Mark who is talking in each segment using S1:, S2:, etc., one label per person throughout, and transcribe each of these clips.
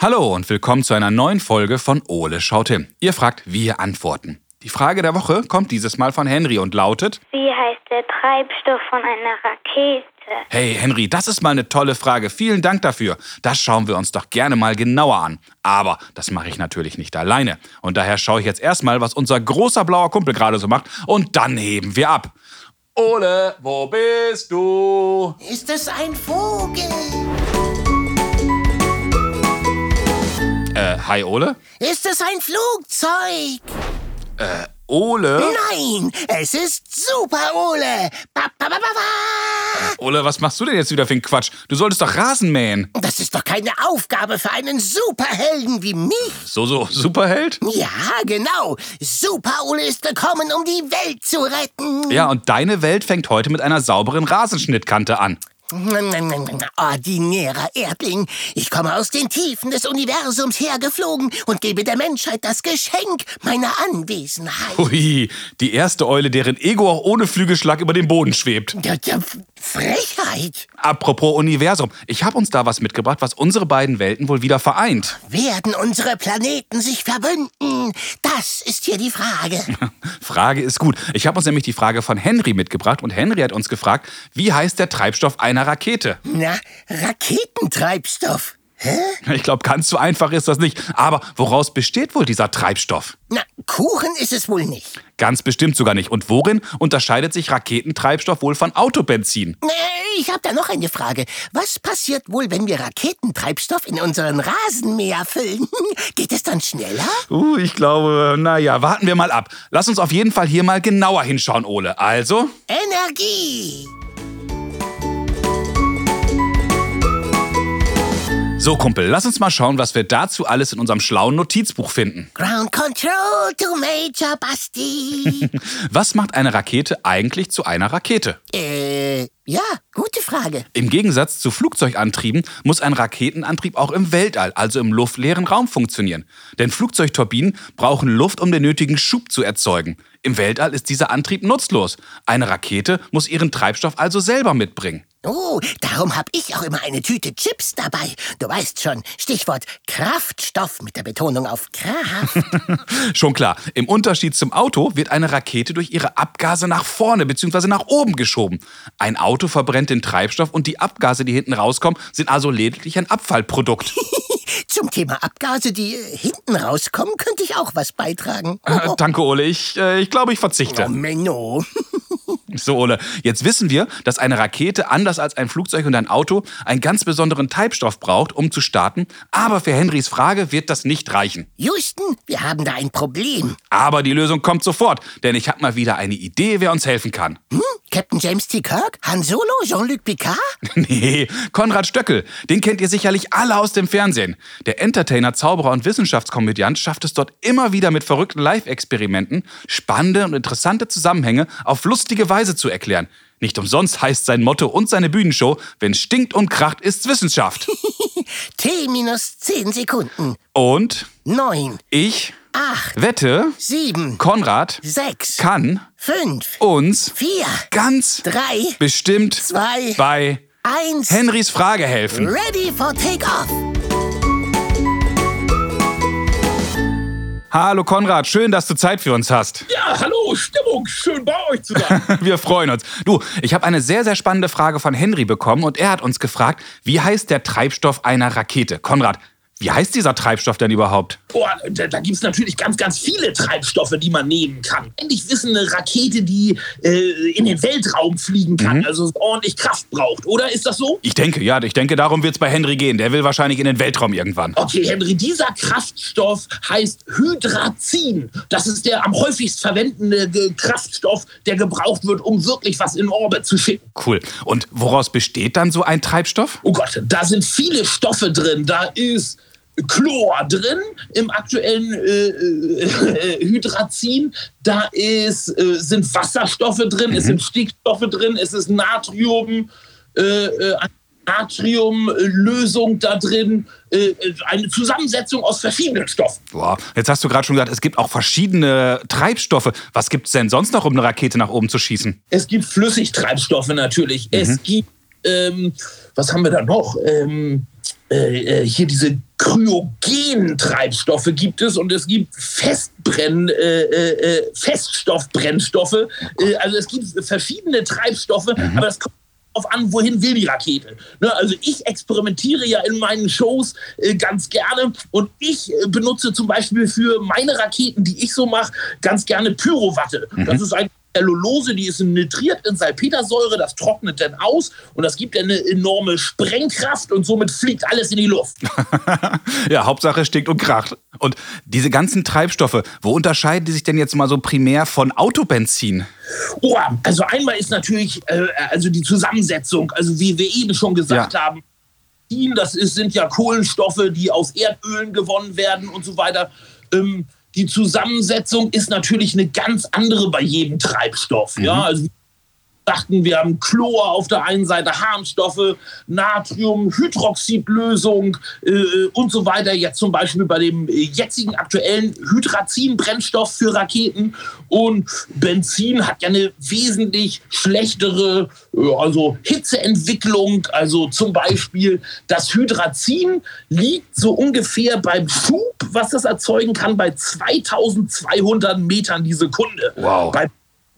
S1: Hallo und willkommen zu einer neuen Folge von Ole schaut hin. Ihr fragt, wir antworten. Die Frage der Woche kommt dieses Mal von Henry und lautet:
S2: Wie heißt der Treibstoff von einer Rakete?
S1: Hey Henry, das ist mal eine tolle Frage. Vielen Dank dafür. Das schauen wir uns doch gerne mal genauer an. Aber das mache ich natürlich nicht alleine. Und daher schaue ich jetzt erstmal, was unser großer blauer Kumpel gerade so macht. Und dann heben wir ab. Ole, wo bist du?
S3: Ist es ein Vogel?
S1: Äh, hi Ole?
S3: Ist es ein Flugzeug?
S1: Ole?
S3: Nein, es ist Super Ole. Ba, ba, ba, ba, ba.
S1: Ole, was machst du denn jetzt wieder für einen Quatsch? Du solltest doch Rasen mähen.
S3: Das ist doch keine Aufgabe für einen Superhelden wie mich.
S1: So, so, Superheld?
S3: Ja, genau. Super Ole ist gekommen, um die Welt zu retten.
S1: Ja, und deine Welt fängt heute mit einer sauberen Rasenschnittkante an.
S3: Ordinärer Erdling, ich komme aus den Tiefen des Universums hergeflogen und gebe der Menschheit das Geschenk meiner
S1: Oh,
S3: Anwesenheit.
S1: Hui, die erste Eule, deren Ego auch ohne Flügelschlag über den Boden schwebt.
S3: Ja, ja, Frechheit!
S1: Apropos Universum, ich habe uns da was mitgebracht, was unsere beiden Welten wohl wieder vereint.
S3: Werden unsere Planeten sich verbünden? Das ist hier die Frage.
S1: Frage ist gut. Ich habe uns nämlich die Frage von Henry mitgebracht und Henry hat uns gefragt, wie heißt der Treibstoff einer Rakete?
S3: Na, Raketentreibstoff. Hä?
S1: Ich glaube, ganz so einfach ist das nicht. Aber woraus besteht wohl dieser Treibstoff?
S3: Na, Kuchen ist es wohl nicht.
S1: Ganz bestimmt sogar nicht. Und worin unterscheidet sich Raketentreibstoff wohl von Autobenzin?
S3: Äh, Ich habe da noch eine Frage. Was passiert wohl, wenn wir Raketentreibstoff in unseren Rasenmäher füllen? Geht es dann schneller?
S1: Uh, ich glaube, naja, warten wir mal ab. Lass uns auf jeden Fall hier mal genauer hinschauen, Ole. Also,
S3: Energie!
S1: so Kumpel, lass uns mal schauen, was wir dazu alles in unserem schlauen Notizbuch finden.
S3: Ground Control to Major Basti.
S1: Was macht eine Rakete eigentlich zu einer Rakete?
S3: äh, ja, gute Frage.
S1: Im Gegensatz zu Flugzeugantrieben muss ein Raketenantrieb auch im Weltall, also im luftleeren Raum, funktionieren. Denn Flugzeugturbinen brauchen Luft, um den nötigen Schub zu erzeugen. Im Weltall ist dieser Antrieb nutzlos. Eine Rakete muss ihren Treibstoff also selber mitbringen.
S3: Oh, darum habe ich auch immer eine Tüte Chips dabei. Du weißt schon, Stichwort Kraftstoff mit der Betonung auf Kraft.
S1: Schon klar, im Unterschied zum Auto wird eine Rakete durch ihre Abgase nach vorne bzw. nach oben geschoben. Ein Auto verbrennt den Treibstoff und die Abgase, die hinten rauskommen, sind also lediglich ein Abfallprodukt.
S3: Zum Thema Abgase, die äh, hinten rauskommen, könnte ich auch was beitragen. Oh,
S1: Äh, Danke, Ole. Ich, äh, ich glaube, ich
S3: oh,
S1: verzichte.
S3: Menno.
S1: So, Ole, jetzt wissen wir, dass eine Rakete, anders als ein Flugzeug und ein Auto, einen ganz besonderen Treibstoff braucht, um zu starten. Aber für Henrys Frage wird das nicht reichen.
S3: Houston, wir haben da ein Problem.
S1: Aber die Lösung kommt sofort, denn ich habe mal wieder eine Idee, wer uns helfen kann.
S3: Hm? Captain James T. Kirk? Han Solo? Jean-Luc Picard?
S1: Nee, Konrad Stöckel, den kennt ihr sicherlich alle aus dem Fernsehen. Der Entertainer, Zauberer und Wissenschaftskomödiant schafft es dort immer wieder mit verrückten Live-Experimenten, spannende und interessante Zusammenhänge auf lustige Weise zu erklären. Nicht umsonst heißt sein Motto und seine Bühnenshow, wenn stinkt und kracht, ist Wissenschaft.
S3: T minus 10 Sekunden.
S1: Und
S3: 9,
S1: ich
S3: 8,
S1: wette,
S3: 7,
S1: Konrad
S3: 6,
S1: kann
S3: 5,
S1: uns
S3: 4,
S1: ganz
S3: 3,
S1: bestimmt
S3: 2,
S1: bei
S3: 1.
S1: Henrys Frage helfen.
S3: Ready for takeoff.
S1: Hallo Konrad, schön, dass du Zeit für uns hast.
S4: Ja, Ah, hallo, Stimmung, schön bei euch zu sein.
S1: Wir freuen uns. Du, ich habe eine sehr, sehr spannende Frage von Henry bekommen und er hat uns gefragt, wie heißt der Treibstoff einer Rakete? Konrad, wie heißt dieser Treibstoff denn überhaupt?
S4: Boah, da, da gibt es natürlich ganz, ganz viele Treibstoffe, die man nehmen kann. Endlich ist eine Rakete, die äh, in den Weltraum fliegen kann, also ordentlich Kraft braucht, oder? Ist das so?
S1: Ich denke, ja, ich denke, darum wird es bei Henry gehen. Der will wahrscheinlich in den Weltraum irgendwann.
S4: Okay, Henry, dieser Kraftstoff heißt Hydrazin. Das ist der am häufigst verwendende äh, Kraftstoff, der gebraucht wird, um wirklich was in Orbit zu schicken.
S1: Cool. Und woraus besteht dann so ein Treibstoff?
S4: Oh Gott, da sind viele Stoffe drin. Da ist Chlor drin im aktuellen äh, äh, Hydrazin. Da ist, äh, sind Wasserstoffe drin, es sind Stickstoffe drin, es ist Natrium, äh, äh, Natriumlösung da drin. Äh, äh, eine Zusammensetzung aus verschiedenen Stoffen.
S1: Boah, jetzt hast du gerade schon gesagt, es gibt auch verschiedene Treibstoffe. Was gibt es denn sonst noch, um eine Rakete nach oben zu schießen?
S4: Es gibt Flüssigtreibstoffe natürlich. Es gibt, ähm, was haben wir da noch? Ähm, äh, äh, äh, hier diese kryogenen Treibstoffe gibt es und es gibt Festbrenn, äh, äh, äh, Feststoffbrennstoffe. Äh, also es gibt verschiedene Treibstoffe, aber es kommt auf an, wohin will die Rakete. Ne, also ich experimentiere ja in meinen Shows äh, ganz gerne und ich äh, benutze zum Beispiel für meine Raketen, die ich so mache, ganz gerne Pyrowatte. Das ist ein Zellulose, die ist nitriert in Salpetersäure, das trocknet dann aus und das gibt dann eine enorme Sprengkraft und somit fliegt alles in die Luft.
S1: ja, Hauptsache es stinkt und kracht. Und diese ganzen Treibstoffe, wo unterscheiden die sich denn jetzt mal so primär von Autobenzin?
S4: Oh, also einmal ist natürlich äh, also die Zusammensetzung, also wie wir eben schon gesagt
S1: Ja.
S4: haben, Benzin, das ist, sind ja Kohlenstoffe, die aus Erdölen gewonnen werden und so weiter. Ähm, die Zusammensetzung ist natürlich eine ganz andere bei jedem Treibstoff. Ja, also wir dachten, wir haben Chlor auf der einen Seite, Harnstoffe, Natrium, Hydroxidlösung äh, und so weiter. Jetzt zum Beispiel bei dem äh, jetzigen aktuellen Hydrazin-Brennstoff für Raketen. Und Benzin hat ja eine wesentlich schlechtere äh, also Hitzeentwicklung. Also zum Beispiel das Hydrazin liegt so ungefähr beim Schub, was das erzeugen kann, bei 2200 Metern die Sekunde.
S1: Wow.
S4: Bei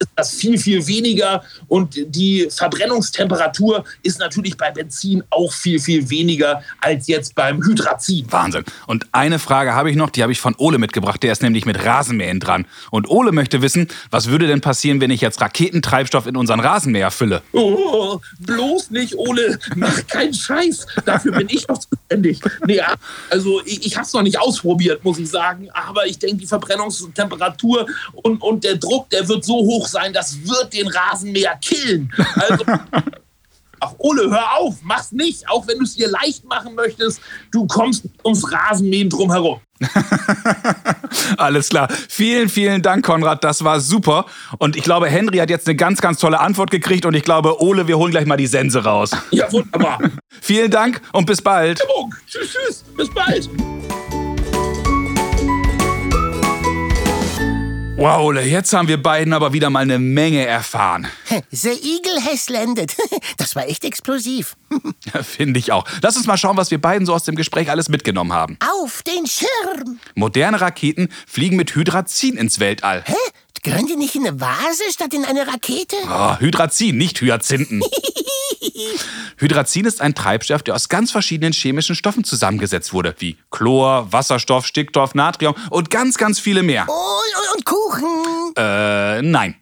S4: ist das viel, viel weniger und die Verbrennungstemperatur ist natürlich bei Benzin auch viel, viel weniger als jetzt beim Hydrazin.
S1: Wahnsinn. Und eine Frage habe ich noch, die habe ich von Ole mitgebracht. Der ist nämlich mit Rasenmähen dran. Und Ole möchte wissen, was würde denn passieren, wenn ich jetzt Raketentreibstoff in unseren Rasenmäher fülle?
S4: Oh, bloß nicht, Ole, mach keinen Scheiß. Dafür bin ich doch zuständig. Nee, ja, also ich, ich habe es noch nicht ausprobiert, muss ich sagen. Aber ich denke, die Verbrennungstemperatur und, und der Druck, der wird so hoch sein, das wird den Rasenmäher killen. Also, ach Ole, hör auf, mach's nicht. Auch wenn du es dir leicht machen möchtest, du kommst ums Rasenmähen drumherum.
S1: Alles klar. Vielen, vielen Dank, Konrad. Das war super. Und ich glaube, Henry hat jetzt eine ganz, ganz tolle Antwort gekriegt. Und ich glaube, Ole, wir holen gleich mal die Sense raus.
S4: Ja, wunderbar.
S1: Vielen Dank und bis bald.
S4: Punkt. Tschüss, tschüss. Bis bald.
S1: Wow, Ole, jetzt haben wir beiden aber wieder mal eine Menge erfahren.
S3: The Eagle has landed. Das war echt explosiv.
S1: Finde ich auch. Lass uns mal schauen, was wir beiden so aus dem Gespräch alles mitgenommen haben.
S3: Auf den Schirm.
S1: Moderne Raketen fliegen mit Hydrazin ins Weltall.
S3: Hä? Gehören die nicht in eine Vase statt in eine Rakete?
S1: Ah, Hydrazin, nicht Hyazinthen. Hydrazin ist ein Treibstoff, der aus ganz verschiedenen chemischen Stoffen zusammengesetzt wurde, wie Chlor, Wasserstoff, Stickstoff, Natrium und ganz, ganz viele mehr.
S3: Oh, und- und Kuchen.
S1: Äh, nein.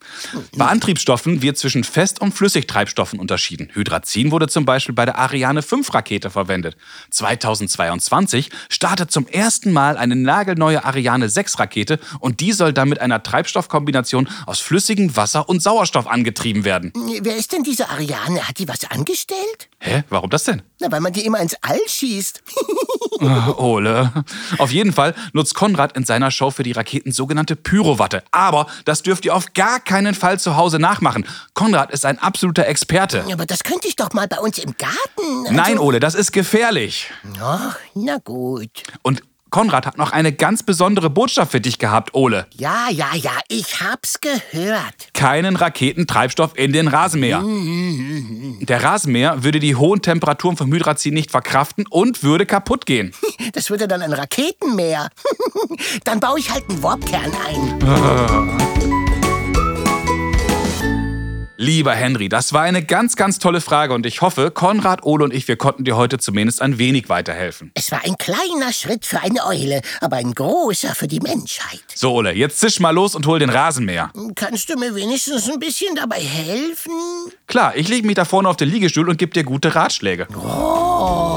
S1: Bei Antriebsstoffen wird zwischen Fest- und Flüssigtreibstoffen unterschieden. Hydrazin wurde zum Beispiel bei der Ariane 5-Rakete verwendet. 2022 startet zum ersten Mal eine nagelneue Ariane 6-Rakete und die soll dann mit einer Treibstoffkombination aus flüssigem Wasser und Sauerstoff angetrieben werden.
S3: Äh, Wer ist denn diese Ariane? Hat die was angestellt?
S1: Hä? Warum das denn?
S3: Na, weil man die immer ins All schießt.
S1: Ole. Auf jeden Fall nutzt Konrad in seiner Show für die Raketen sogenannte Pyrowatte. Aber das dürft ihr auf gar keinen Fall zu Hause nachmachen. Konrad ist ein absoluter Experte.
S3: Aber das könnte ich doch mal bei uns im Garten.
S1: Nein, Ole, das ist gefährlich.
S3: Ach, na gut.
S1: Und Konrad hat noch eine ganz besondere Botschaft für dich gehabt, Ole.
S3: Ja, ja, ja, ich hab's gehört.
S1: Keinen Raketentreibstoff in den Rasenmäher. Der Rasenmäher würde die hohen Temperaturen vom Hydrazin nicht verkraften und würde kaputt gehen.
S3: Das würde dann ein Raketenmeer. dann baue ich halt einen Warpkern ein.
S1: Lieber Henry, das war eine ganz, ganz tolle Frage und ich hoffe, Konrad, Ole und ich, wir konnten dir heute zumindest ein wenig weiterhelfen.
S3: Es war ein kleiner Schritt für eine Eule, aber ein großer für die Menschheit.
S1: So, Ole, jetzt zisch mal los und hol den Rasenmäher.
S3: Kannst du mir wenigstens ein bisschen dabei helfen?
S1: Klar, ich lege mich da vorne auf den Liegestuhl und gebe dir gute Ratschläge.
S3: Oh.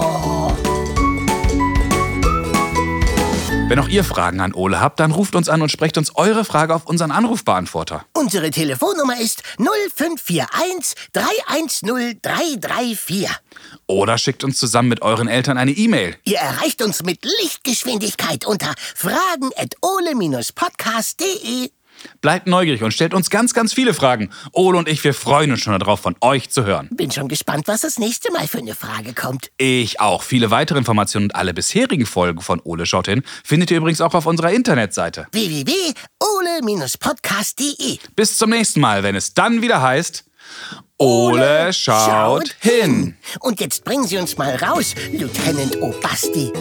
S1: Wenn auch ihr Fragen an Ole habt, dann ruft uns an und sprecht uns eure Frage auf unseren Anrufbeantworter.
S3: Unsere Telefonnummer ist 0541 310 334.
S1: Oder schickt uns zusammen mit euren Eltern eine E-Mail.
S3: Ihr erreicht uns mit Lichtgeschwindigkeit unter fragen.ole-podcast.de.
S1: Bleibt neugierig und stellt uns ganz, ganz viele Fragen. Ole und ich, wir freuen uns schon darauf, von euch zu hören.
S3: Bin schon gespannt, was das nächste Mal für eine Frage kommt.
S1: Ich auch. Viele weitere Informationen und alle bisherigen Folgen von Ole schaut hin findet ihr übrigens auch auf unserer Internetseite.
S3: www.ole-podcast.de
S1: Bis zum nächsten Mal, wenn es dann wieder heißt Ole schaut hin.
S3: Und jetzt bringen Sie uns mal raus, Lieutenant Obasti.